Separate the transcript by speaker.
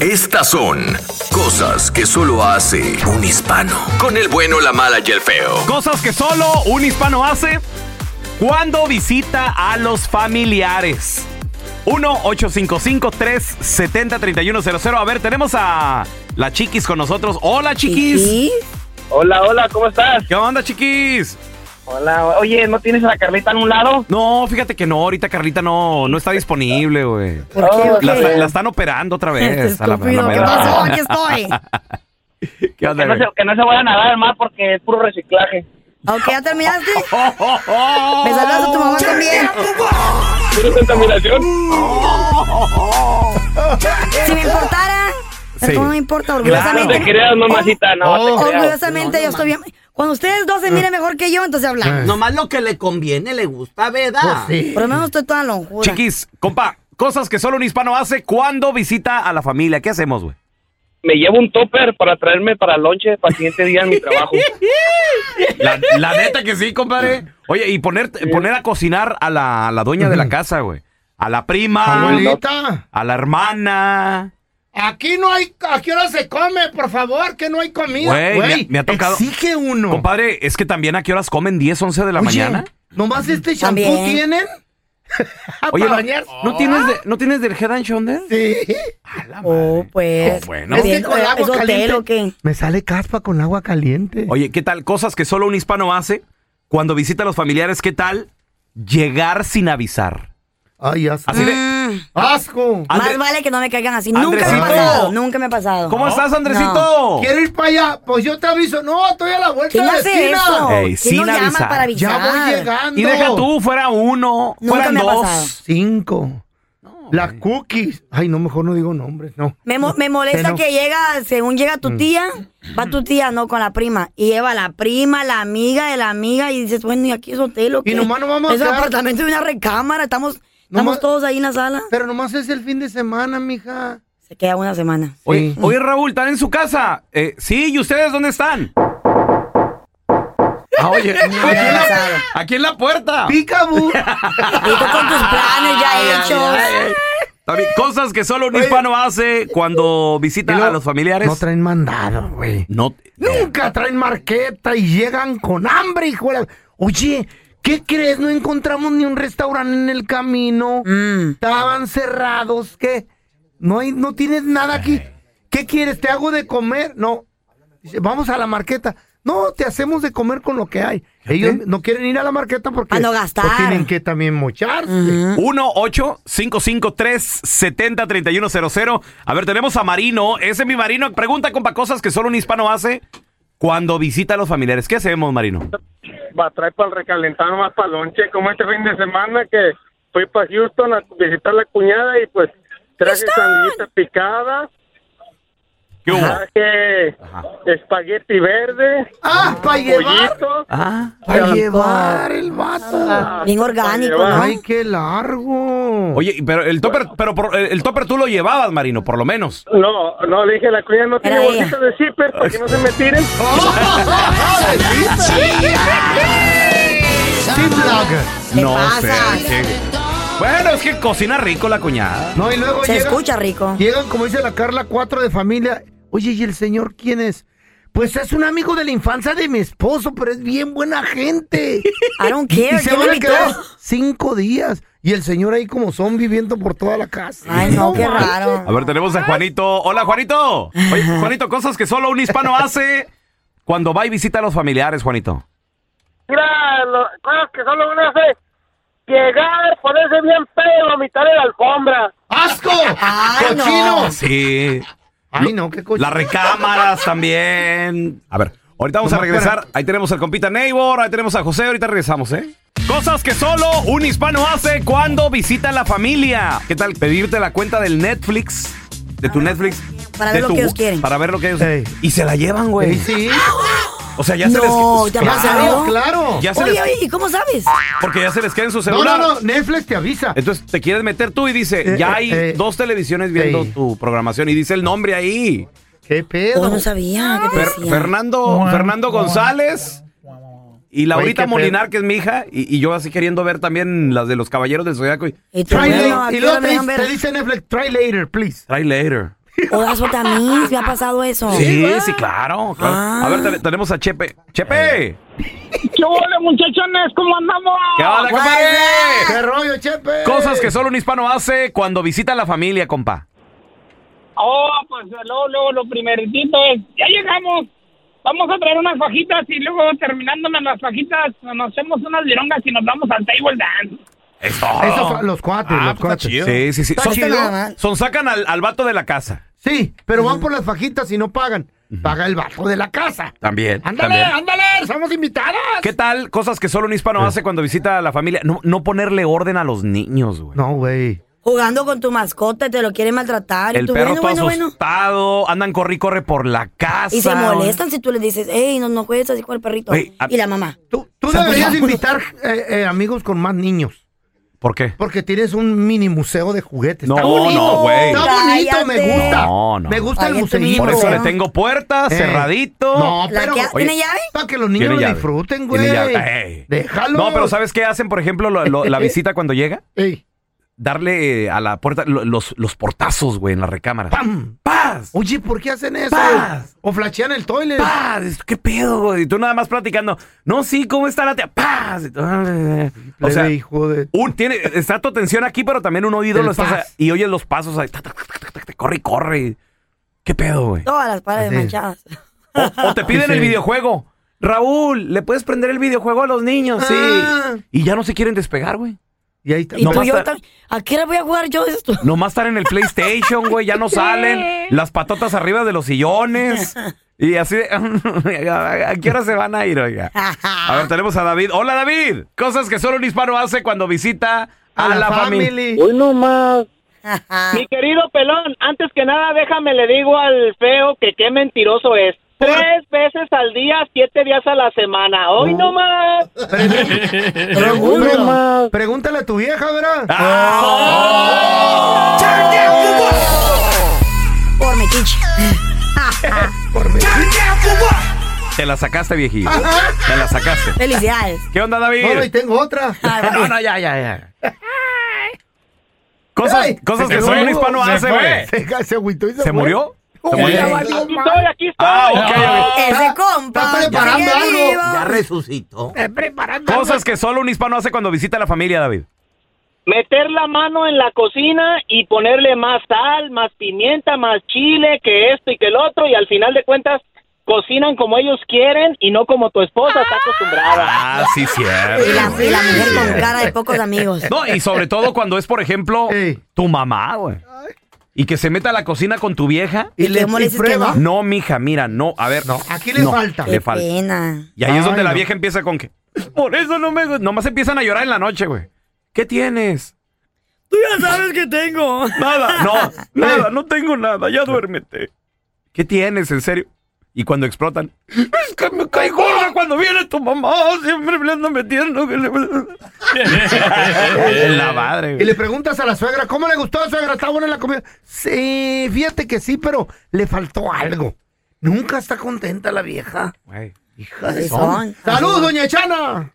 Speaker 1: Estas son cosas que solo hace un hispano. Con el bueno, la mala y el feo.
Speaker 2: Cosas que solo un hispano hace cuando visita a los familiares. 1-855-370-3100. A ver, tenemos a la Chiquis con nosotros. Hola, Chiquis.
Speaker 3: Hola, hola, ¿cómo estás?
Speaker 2: ¿Qué onda, Chiquis?
Speaker 3: Hola, oye, ¿no tienes a la Carlita en un lado?
Speaker 2: No, fíjate que no, ahorita Carlita no, no está disponible, güey.
Speaker 4: ¿Por qué? ¿O
Speaker 2: Oh, La,
Speaker 4: qué?
Speaker 2: está- la están operando otra vez. a la- a la
Speaker 4: Estúpido, ¿Qué
Speaker 2: mera hora.
Speaker 4: pasó? Aquí estoy.
Speaker 2: ¿Qué
Speaker 3: Que
Speaker 2: onda,
Speaker 3: no, se,
Speaker 2: güey?
Speaker 3: que no se vayan a dar más porque es puro reciclaje.
Speaker 4: Aunque ya terminaste,
Speaker 2: Oh, oh, oh.
Speaker 4: me saludas a tu mamá también.
Speaker 3: ¿Puro contaminación?
Speaker 4: Si me importara,
Speaker 2: Sí.
Speaker 4: esto no me importa,
Speaker 3: No te
Speaker 4: orgullosamente.
Speaker 3: creas, mamacita, no
Speaker 4: Oh.
Speaker 3: te creas.
Speaker 4: Orgullosamente yo estoy bien. Cuando ustedes dos
Speaker 2: Ah.
Speaker 4: se miren mejor que yo, entonces hablamos.
Speaker 5: Nomás lo que le conviene, le gusta, ¿verdad?
Speaker 6: Pues
Speaker 4: Por lo menos estoy toda lonjura.
Speaker 2: Chiquis, compa, cosas que solo un hispano hace cuando visita a la familia. ¿Qué hacemos, güey?
Speaker 3: Me llevo un topper para traerme para lonche para el siguiente día en mi trabajo.
Speaker 2: La, la neta que sí, compadre. Oye, y poner, poner a cocinar a la, a la dueña de la casa, güey. A la prima,
Speaker 6: Abuelita,
Speaker 2: a la hermana.
Speaker 6: aquí no hay. ¿A qué hora se come? Por favor, que no hay comida.
Speaker 2: Güey, me ha- me ha tocado-
Speaker 6: Exige uno.
Speaker 2: Compadre, es que también a qué horas comen, 10, 11 de la
Speaker 6: Oye,
Speaker 2: mañana.
Speaker 6: ¿Nomás este champú
Speaker 4: También.
Speaker 6: tienen?
Speaker 2: Oye,
Speaker 6: ¿Para
Speaker 2: no,
Speaker 6: bañarse?
Speaker 2: ¿no tienes de, ¿no tienes del head and shoulder?
Speaker 6: Ah. Sí.
Speaker 4: Oh, pues.
Speaker 2: Oh, bueno.
Speaker 4: eh, ¿Es,
Speaker 6: Es que con el agua
Speaker 4: hotel
Speaker 6: caliente-
Speaker 4: o qué?
Speaker 6: Me sale caspa con agua caliente.
Speaker 2: Oye, ¿qué tal? Cosas que solo un hispano hace cuando visita a los familiares. ¿Qué tal? Llegar sin avisar.
Speaker 6: Ay, asco.
Speaker 2: Así de-
Speaker 4: Mm,
Speaker 6: ¡Asco!
Speaker 2: Andre-
Speaker 4: Más vale que no me caigan así. Nunca me
Speaker 2: Andresito.
Speaker 4: ha pasado. Nunca me ha pasado.
Speaker 2: ¿Cómo estás, Andresito?
Speaker 6: ¿Quiero ir para allá? Pues yo te aviso. No, estoy a la vuelta
Speaker 4: ¿Quién
Speaker 6: de la
Speaker 4: hace
Speaker 6: esquina.
Speaker 4: eso?
Speaker 2: Ey,
Speaker 4: ¿Quién
Speaker 2: sin
Speaker 4: nos
Speaker 2: avisar.
Speaker 4: llama para avisar?
Speaker 6: Ya voy llegando.
Speaker 2: Y deja tú, fuera uno,
Speaker 4: Nunca
Speaker 2: fueran
Speaker 4: me ha
Speaker 2: dos.
Speaker 4: pasado.
Speaker 6: Cinco. Las cookies. Ay, no, mejor no digo nombres, no.
Speaker 4: Me, mo- me molesta
Speaker 6: Pero- Mm.
Speaker 4: que llega, según llega tu tía, va tu tía, no, con la prima. Y lleva a la prima, la amiga de la amiga, y dices, bueno, ¿y aquí es hotel o qué?
Speaker 6: nomás nos vamos a
Speaker 4: Es un
Speaker 6: quedar-
Speaker 4: apartamento de una recámara, estamos, estamos
Speaker 6: Nomás-
Speaker 4: todos ahí en la sala.
Speaker 6: Pero nomás es el fin de semana, mija.
Speaker 4: Se queda una semana.
Speaker 2: Oye,
Speaker 6: Sí.
Speaker 2: oye, Raúl, ¿están en su casa? Eh, sí, ¿y ustedes dónde están? Ah, oye, aquí en la, aquí en la puerta.
Speaker 4: Y
Speaker 6: Picaboo.
Speaker 4: tú con tus planes Ah, ya hechos.
Speaker 2: También, cosas que solo un hispano hace cuando visita a los familiares.
Speaker 6: No traen mandado, güey.
Speaker 2: No-
Speaker 6: Nunca traen marqueta y llegan con hambre, hijo. de la- Oye, ¿qué crees? No encontramos ni un restaurante en el camino.
Speaker 4: Mm.
Speaker 6: Estaban cerrados. ¿Qué? No, hay, no tienes nada aquí. ¿Qué quieres? ¿Te hago de comer? No. Dice, vamos a la marqueta. No, te hacemos de comer con lo que hay. Ellos no quieren ir a la marqueta porque
Speaker 4: Para no gastar.
Speaker 6: pues, tienen que también mocharse.
Speaker 2: 1 8 553 70 3100 A ver, tenemos a Marino. Ese es mi Marino. Pregunta, compa, cosas que solo un hispano hace cuando visita a los familiares. ¿Qué hacemos, Marino?
Speaker 7: va a traer para el recalentar más para lonche, como este fin de semana que fui para Houston a visitar a la cuñada y pues traje sandillitas picadas,
Speaker 2: ¿Qué hubo?
Speaker 7: traje espagueti verde,
Speaker 6: Ah, para llevar.
Speaker 7: pollitos.
Speaker 2: Ah,
Speaker 6: Para llevar el vato.
Speaker 4: Bien orgánico,
Speaker 7: llevar.
Speaker 4: ¿no?
Speaker 6: Ay, qué largo.
Speaker 2: Oye, pero el topper, pero por- el, el topper tú lo llevabas, Marino, por lo menos.
Speaker 7: No, no, le dije, la cuñada no tiene
Speaker 4: Era
Speaker 7: bolsita de zipper para que no se me tiren.
Speaker 6: Sí, blogger.
Speaker 4: ¿Qué pasa?
Speaker 2: Bueno, es que cocina rico la cuñada.
Speaker 6: No, y luego
Speaker 4: Se
Speaker 6: llegan,
Speaker 4: escucha rico.
Speaker 6: llegan, como dice la Carla, cuatro de familia. Oye, ¿y el señor quién es? Pues es un amigo de la infancia de mi esposo, pero es bien buena gente.
Speaker 4: I don't care.
Speaker 6: y se
Speaker 4: ¿Quién me
Speaker 6: van a
Speaker 4: invitó?
Speaker 6: quedar cinco días. Y el señor ahí como son viviendo por toda la casa.
Speaker 4: Ay, no, qué
Speaker 6: manches.
Speaker 4: raro.
Speaker 2: A ver, tenemos a Juanito. Hola, Juanito. Oye, Juanito, cosas que solo un hispano hace cuando va y visita a los familiares, Juanito.
Speaker 7: Mira, lo- cosas que solo uno hace, llegar, ponerse bien pedo, vomitar en la alfombra.
Speaker 6: ¡Asco!
Speaker 4: Ay, no.
Speaker 6: ¡Cochino!
Speaker 2: Sí.
Speaker 6: Ay, no, qué cochino.
Speaker 2: Las recámaras también. A ver, ahorita vamos a regresar. Ahí tenemos al compita Neighbor, ahí tenemos a José, ahorita regresamos, ¿eh? Cosas que solo un hispano hace cuando visita a la familia. ¿Qué tal pedirte la cuenta del Netflix? De tu Netflix.
Speaker 4: Para
Speaker 2: de
Speaker 4: ver lo
Speaker 2: tu-
Speaker 4: que ellos quieren.
Speaker 2: Para ver lo que ellos
Speaker 6: Ey.
Speaker 2: Y se la llevan, güey.
Speaker 4: Pues,
Speaker 6: Ey, Pues sí.
Speaker 2: O sea, ya se les...
Speaker 4: No, ya
Speaker 2: Claro,
Speaker 4: pasaron.
Speaker 6: Claro, claro.
Speaker 2: Ya se
Speaker 4: Oye,
Speaker 2: les-
Speaker 4: oye, ¿y cómo sabes?
Speaker 2: Porque ya se les queda en su
Speaker 6: No,
Speaker 2: celular.
Speaker 6: no, no. Netflix te avisa.
Speaker 2: Entonces te quieres meter tú y dice,
Speaker 6: Eh,
Speaker 2: ya
Speaker 6: eh,
Speaker 2: hay
Speaker 6: eh.
Speaker 2: dos televisiones viendo
Speaker 6: Ey.
Speaker 2: tu programación y dice el nombre ahí.
Speaker 6: ¿Qué
Speaker 4: Oh,
Speaker 6: pedo?
Speaker 4: no sabía que te
Speaker 2: Fer-
Speaker 4: decía.
Speaker 2: Fernando, Fernando González y Laurita
Speaker 6: Oye, qué
Speaker 2: Molinar, que es mi hija, y, y yo así queriendo ver también las de los Caballeros del Zodiaco. y
Speaker 4: Y tú,
Speaker 6: Try
Speaker 4: bueno,
Speaker 6: later.
Speaker 4: ¿a
Speaker 6: Y
Speaker 4: qué hora me
Speaker 6: luego te
Speaker 4: dejan
Speaker 6: dice- te
Speaker 4: ver?
Speaker 6: dice Netflix, try later, please.
Speaker 2: Try later.
Speaker 4: O das botamins, me ha pasado eso.
Speaker 2: Sí, sí, claro. claro. A ver, te- tenemos a Chepe.
Speaker 6: Eh.
Speaker 2: ¡Chepe!
Speaker 7: ¿Qué huele, muchachones? ¿Cómo andamos?
Speaker 2: ¿Qué onda, compadre?
Speaker 6: ¿Qué rollo, Chepe?
Speaker 2: Cosas que solo un hispano hace cuando visita a la familia, compa.
Speaker 7: Oh, pues luego, luego lo primeritito es, ya llegamos, vamos a traer unas fajitas y luego terminándonos las fajitas nos hacemos unas lirongas y nos vamos al table dance.
Speaker 2: Eso.
Speaker 6: Esos son los cuates,
Speaker 8: Ah, pues
Speaker 6: los
Speaker 8: está
Speaker 6: cuates.
Speaker 8: chido.
Speaker 2: Sí, sí, sí.
Speaker 6: Está
Speaker 2: Son,
Speaker 6: chido.
Speaker 2: son sacan al, al vato de la casa.
Speaker 6: Sí, pero van por las fajitas y no pagan. Paga el bajo de la casa.
Speaker 2: También.
Speaker 6: Ándale, ándale, somos invitadas.
Speaker 2: ¿Qué tal cosas que solo un hispano hace cuando visita a la familia? No, no ponerle orden a los niños, güey.
Speaker 6: No, güey.
Speaker 4: Jugando con tu mascota y te lo quieren maltratar. y
Speaker 2: El
Speaker 4: tú,
Speaker 2: perro
Speaker 4: bueno,
Speaker 2: todo
Speaker 4: bueno, bueno.
Speaker 2: asustado, andan corre y corre por la casa.
Speaker 4: Y se
Speaker 2: güey.
Speaker 4: molestan si tú les dices, hey, no, no juegues así con el perrito.
Speaker 2: Güey, a-
Speaker 4: Y la mamá.
Speaker 6: Tú, tú
Speaker 4: San
Speaker 6: deberías
Speaker 4: Pedro.
Speaker 6: invitar eh, eh, amigos con más niños.
Speaker 2: ¿Por qué?
Speaker 6: Porque tienes un mini museo de juguetes.
Speaker 2: No,
Speaker 6: Está bonito.
Speaker 2: no, güey.
Speaker 6: Está bonito, me
Speaker 4: Cállate.
Speaker 6: gusta.
Speaker 2: No, no.
Speaker 6: Me gusta el
Speaker 4: Ay, este mini
Speaker 6: museíto.
Speaker 2: Por eso
Speaker 4: Pero-
Speaker 2: le tengo puerta,
Speaker 6: Eh.
Speaker 2: cerradito.
Speaker 6: No,
Speaker 4: ¿La
Speaker 6: pero...
Speaker 4: que-
Speaker 2: Oye,
Speaker 4: tiene llave?
Speaker 6: Para que los niños
Speaker 2: Tiene
Speaker 6: lo
Speaker 2: llave.
Speaker 6: disfruten, güey.
Speaker 2: Tiene llave. Ey.
Speaker 6: Déjalo.
Speaker 2: No, pero ¿sabes qué hacen, por ejemplo, lo- lo- la visita cuando llega?
Speaker 6: Ey,
Speaker 2: Darle eh, a la puerta lo- los, los portazos, güey, en la recámara.
Speaker 6: ¡Pam!
Speaker 2: ¡Paz!
Speaker 6: Oye, ¿por qué hacen eso?
Speaker 2: Paz.
Speaker 6: O flashean el toilet.
Speaker 2: ¡Paz! ¿Qué pedo, güey? Y tú nada más platicando. No, sí, ¿cómo está la tía? ¡Paz! Y tú, ah, O
Speaker 6: Plebe,
Speaker 2: sea,
Speaker 6: hijo de...
Speaker 2: un, tiene, está tu atención aquí, pero también un oído
Speaker 6: El
Speaker 2: lo estás...
Speaker 6: paz.
Speaker 2: Y oyes los pasos ahí. ta, ta, ta, ta, ta, ta, corre y corre. ¿Qué pedo, güey?
Speaker 4: Todas las paredes
Speaker 6: Así.
Speaker 4: manchadas.
Speaker 2: O, o te piden
Speaker 6: Sí.
Speaker 2: el videojuego. Raúl, ¿le puedes prender el videojuego a los niños? Sí.
Speaker 6: Ah.
Speaker 2: Y ya no se quieren despegar, güey.
Speaker 6: Y ahí está.
Speaker 4: Y
Speaker 2: No
Speaker 4: tú
Speaker 2: más
Speaker 4: y yo
Speaker 2: tar-
Speaker 4: también. ¿A qué hora voy a jugar yo esto?
Speaker 2: Nomás están en el PlayStation, güey. Ya no salen. Las patotas arriba de los sillones. Y así de... ¿A qué hora se van a ir, oiga? A ver, tenemos a David. Hola, David. Cosas que solo un hispano hace cuando visita a, la, familia.
Speaker 7: Hoy nomás. Mi querido pelón, antes que nada déjame le digo al feo que qué mentiroso es. Tres veces al día, siete días a la semana. Hoy nomás.
Speaker 6: Pregúntale, pregúntale a tu vieja, ¿verdad?
Speaker 2: Ah.
Speaker 4: Por metiche.
Speaker 2: Te la sacaste, viejillo. Te la sacaste.
Speaker 4: Felicidades.
Speaker 2: ¿Qué onda,
Speaker 6: No, y
Speaker 2: David?
Speaker 6: tengo otra.
Speaker 2: No, no, ya, ya, ya. Cosas,
Speaker 6: Ay,
Speaker 2: cosas
Speaker 8: se
Speaker 2: que
Speaker 8: fue,
Speaker 2: solo un hispano
Speaker 8: se
Speaker 2: hace,
Speaker 8: fue.
Speaker 2: güey.
Speaker 6: Se, se agüitó y se
Speaker 2: ¿Se
Speaker 6: fue.
Speaker 2: murió? ¿Se
Speaker 6: Uy,
Speaker 2: murió?
Speaker 6: ya
Speaker 4: valió.
Speaker 6: valió
Speaker 7: Aquí
Speaker 6: madre.
Speaker 7: estoy, aquí estoy.
Speaker 2: Ah, ok, ok.
Speaker 4: Ese compa.
Speaker 6: está preparando
Speaker 4: sigue
Speaker 6: algo.
Speaker 4: vivo.
Speaker 5: Ya resucitó.
Speaker 2: Cosas que solo un hispano hace cuando visita a la familia, David.
Speaker 7: meter la mano en la cocina y ponerle más sal, más pimienta, más chile, que esto y que el otro, y al final de cuentas cocinan como ellos quieren y no como tu esposa está acostumbrada.
Speaker 2: Ah, sí, cierto.
Speaker 4: Y la, y la
Speaker 2: Sí,
Speaker 4: mujer con
Speaker 2: cierto.
Speaker 4: cara de pocos amigos.
Speaker 2: No, y sobre todo cuando es, por ejemplo,
Speaker 6: Ey.
Speaker 2: tu mamá, güey. Y que se meta a la cocina con tu vieja.
Speaker 4: ¿Y qué molestes que no?
Speaker 2: No, mija, mira, no. A ver, no.
Speaker 6: aquí le falta.
Speaker 4: Qué
Speaker 2: Le falta.
Speaker 4: pena.
Speaker 2: Y ahí es donde
Speaker 6: Ay,
Speaker 2: la
Speaker 6: no.
Speaker 2: vieja empieza con que. Por eso no me. gu-". Nomás empiezan a llorar en la noche, güey. ¿Qué tienes?
Speaker 4: Tú ya sabes que tengo.
Speaker 2: Nada, no, nada, no tengo nada, ya duérmete. ¿Qué tienes, en serio? Y cuando explotan, es que me cae gorda cuando viene tu mamá, siempre me anda metiendo. que le- la madre,
Speaker 6: Y
Speaker 2: güey.
Speaker 6: le preguntas a la suegra, ¿cómo le gustó, suegra? ¿Está buena la comida? Sí, fíjate que sí, pero le faltó algo. Nunca está contenta la vieja.
Speaker 2: Güey.
Speaker 6: Hija de
Speaker 4: Así son.
Speaker 6: son. ¡Salud, doña Chana!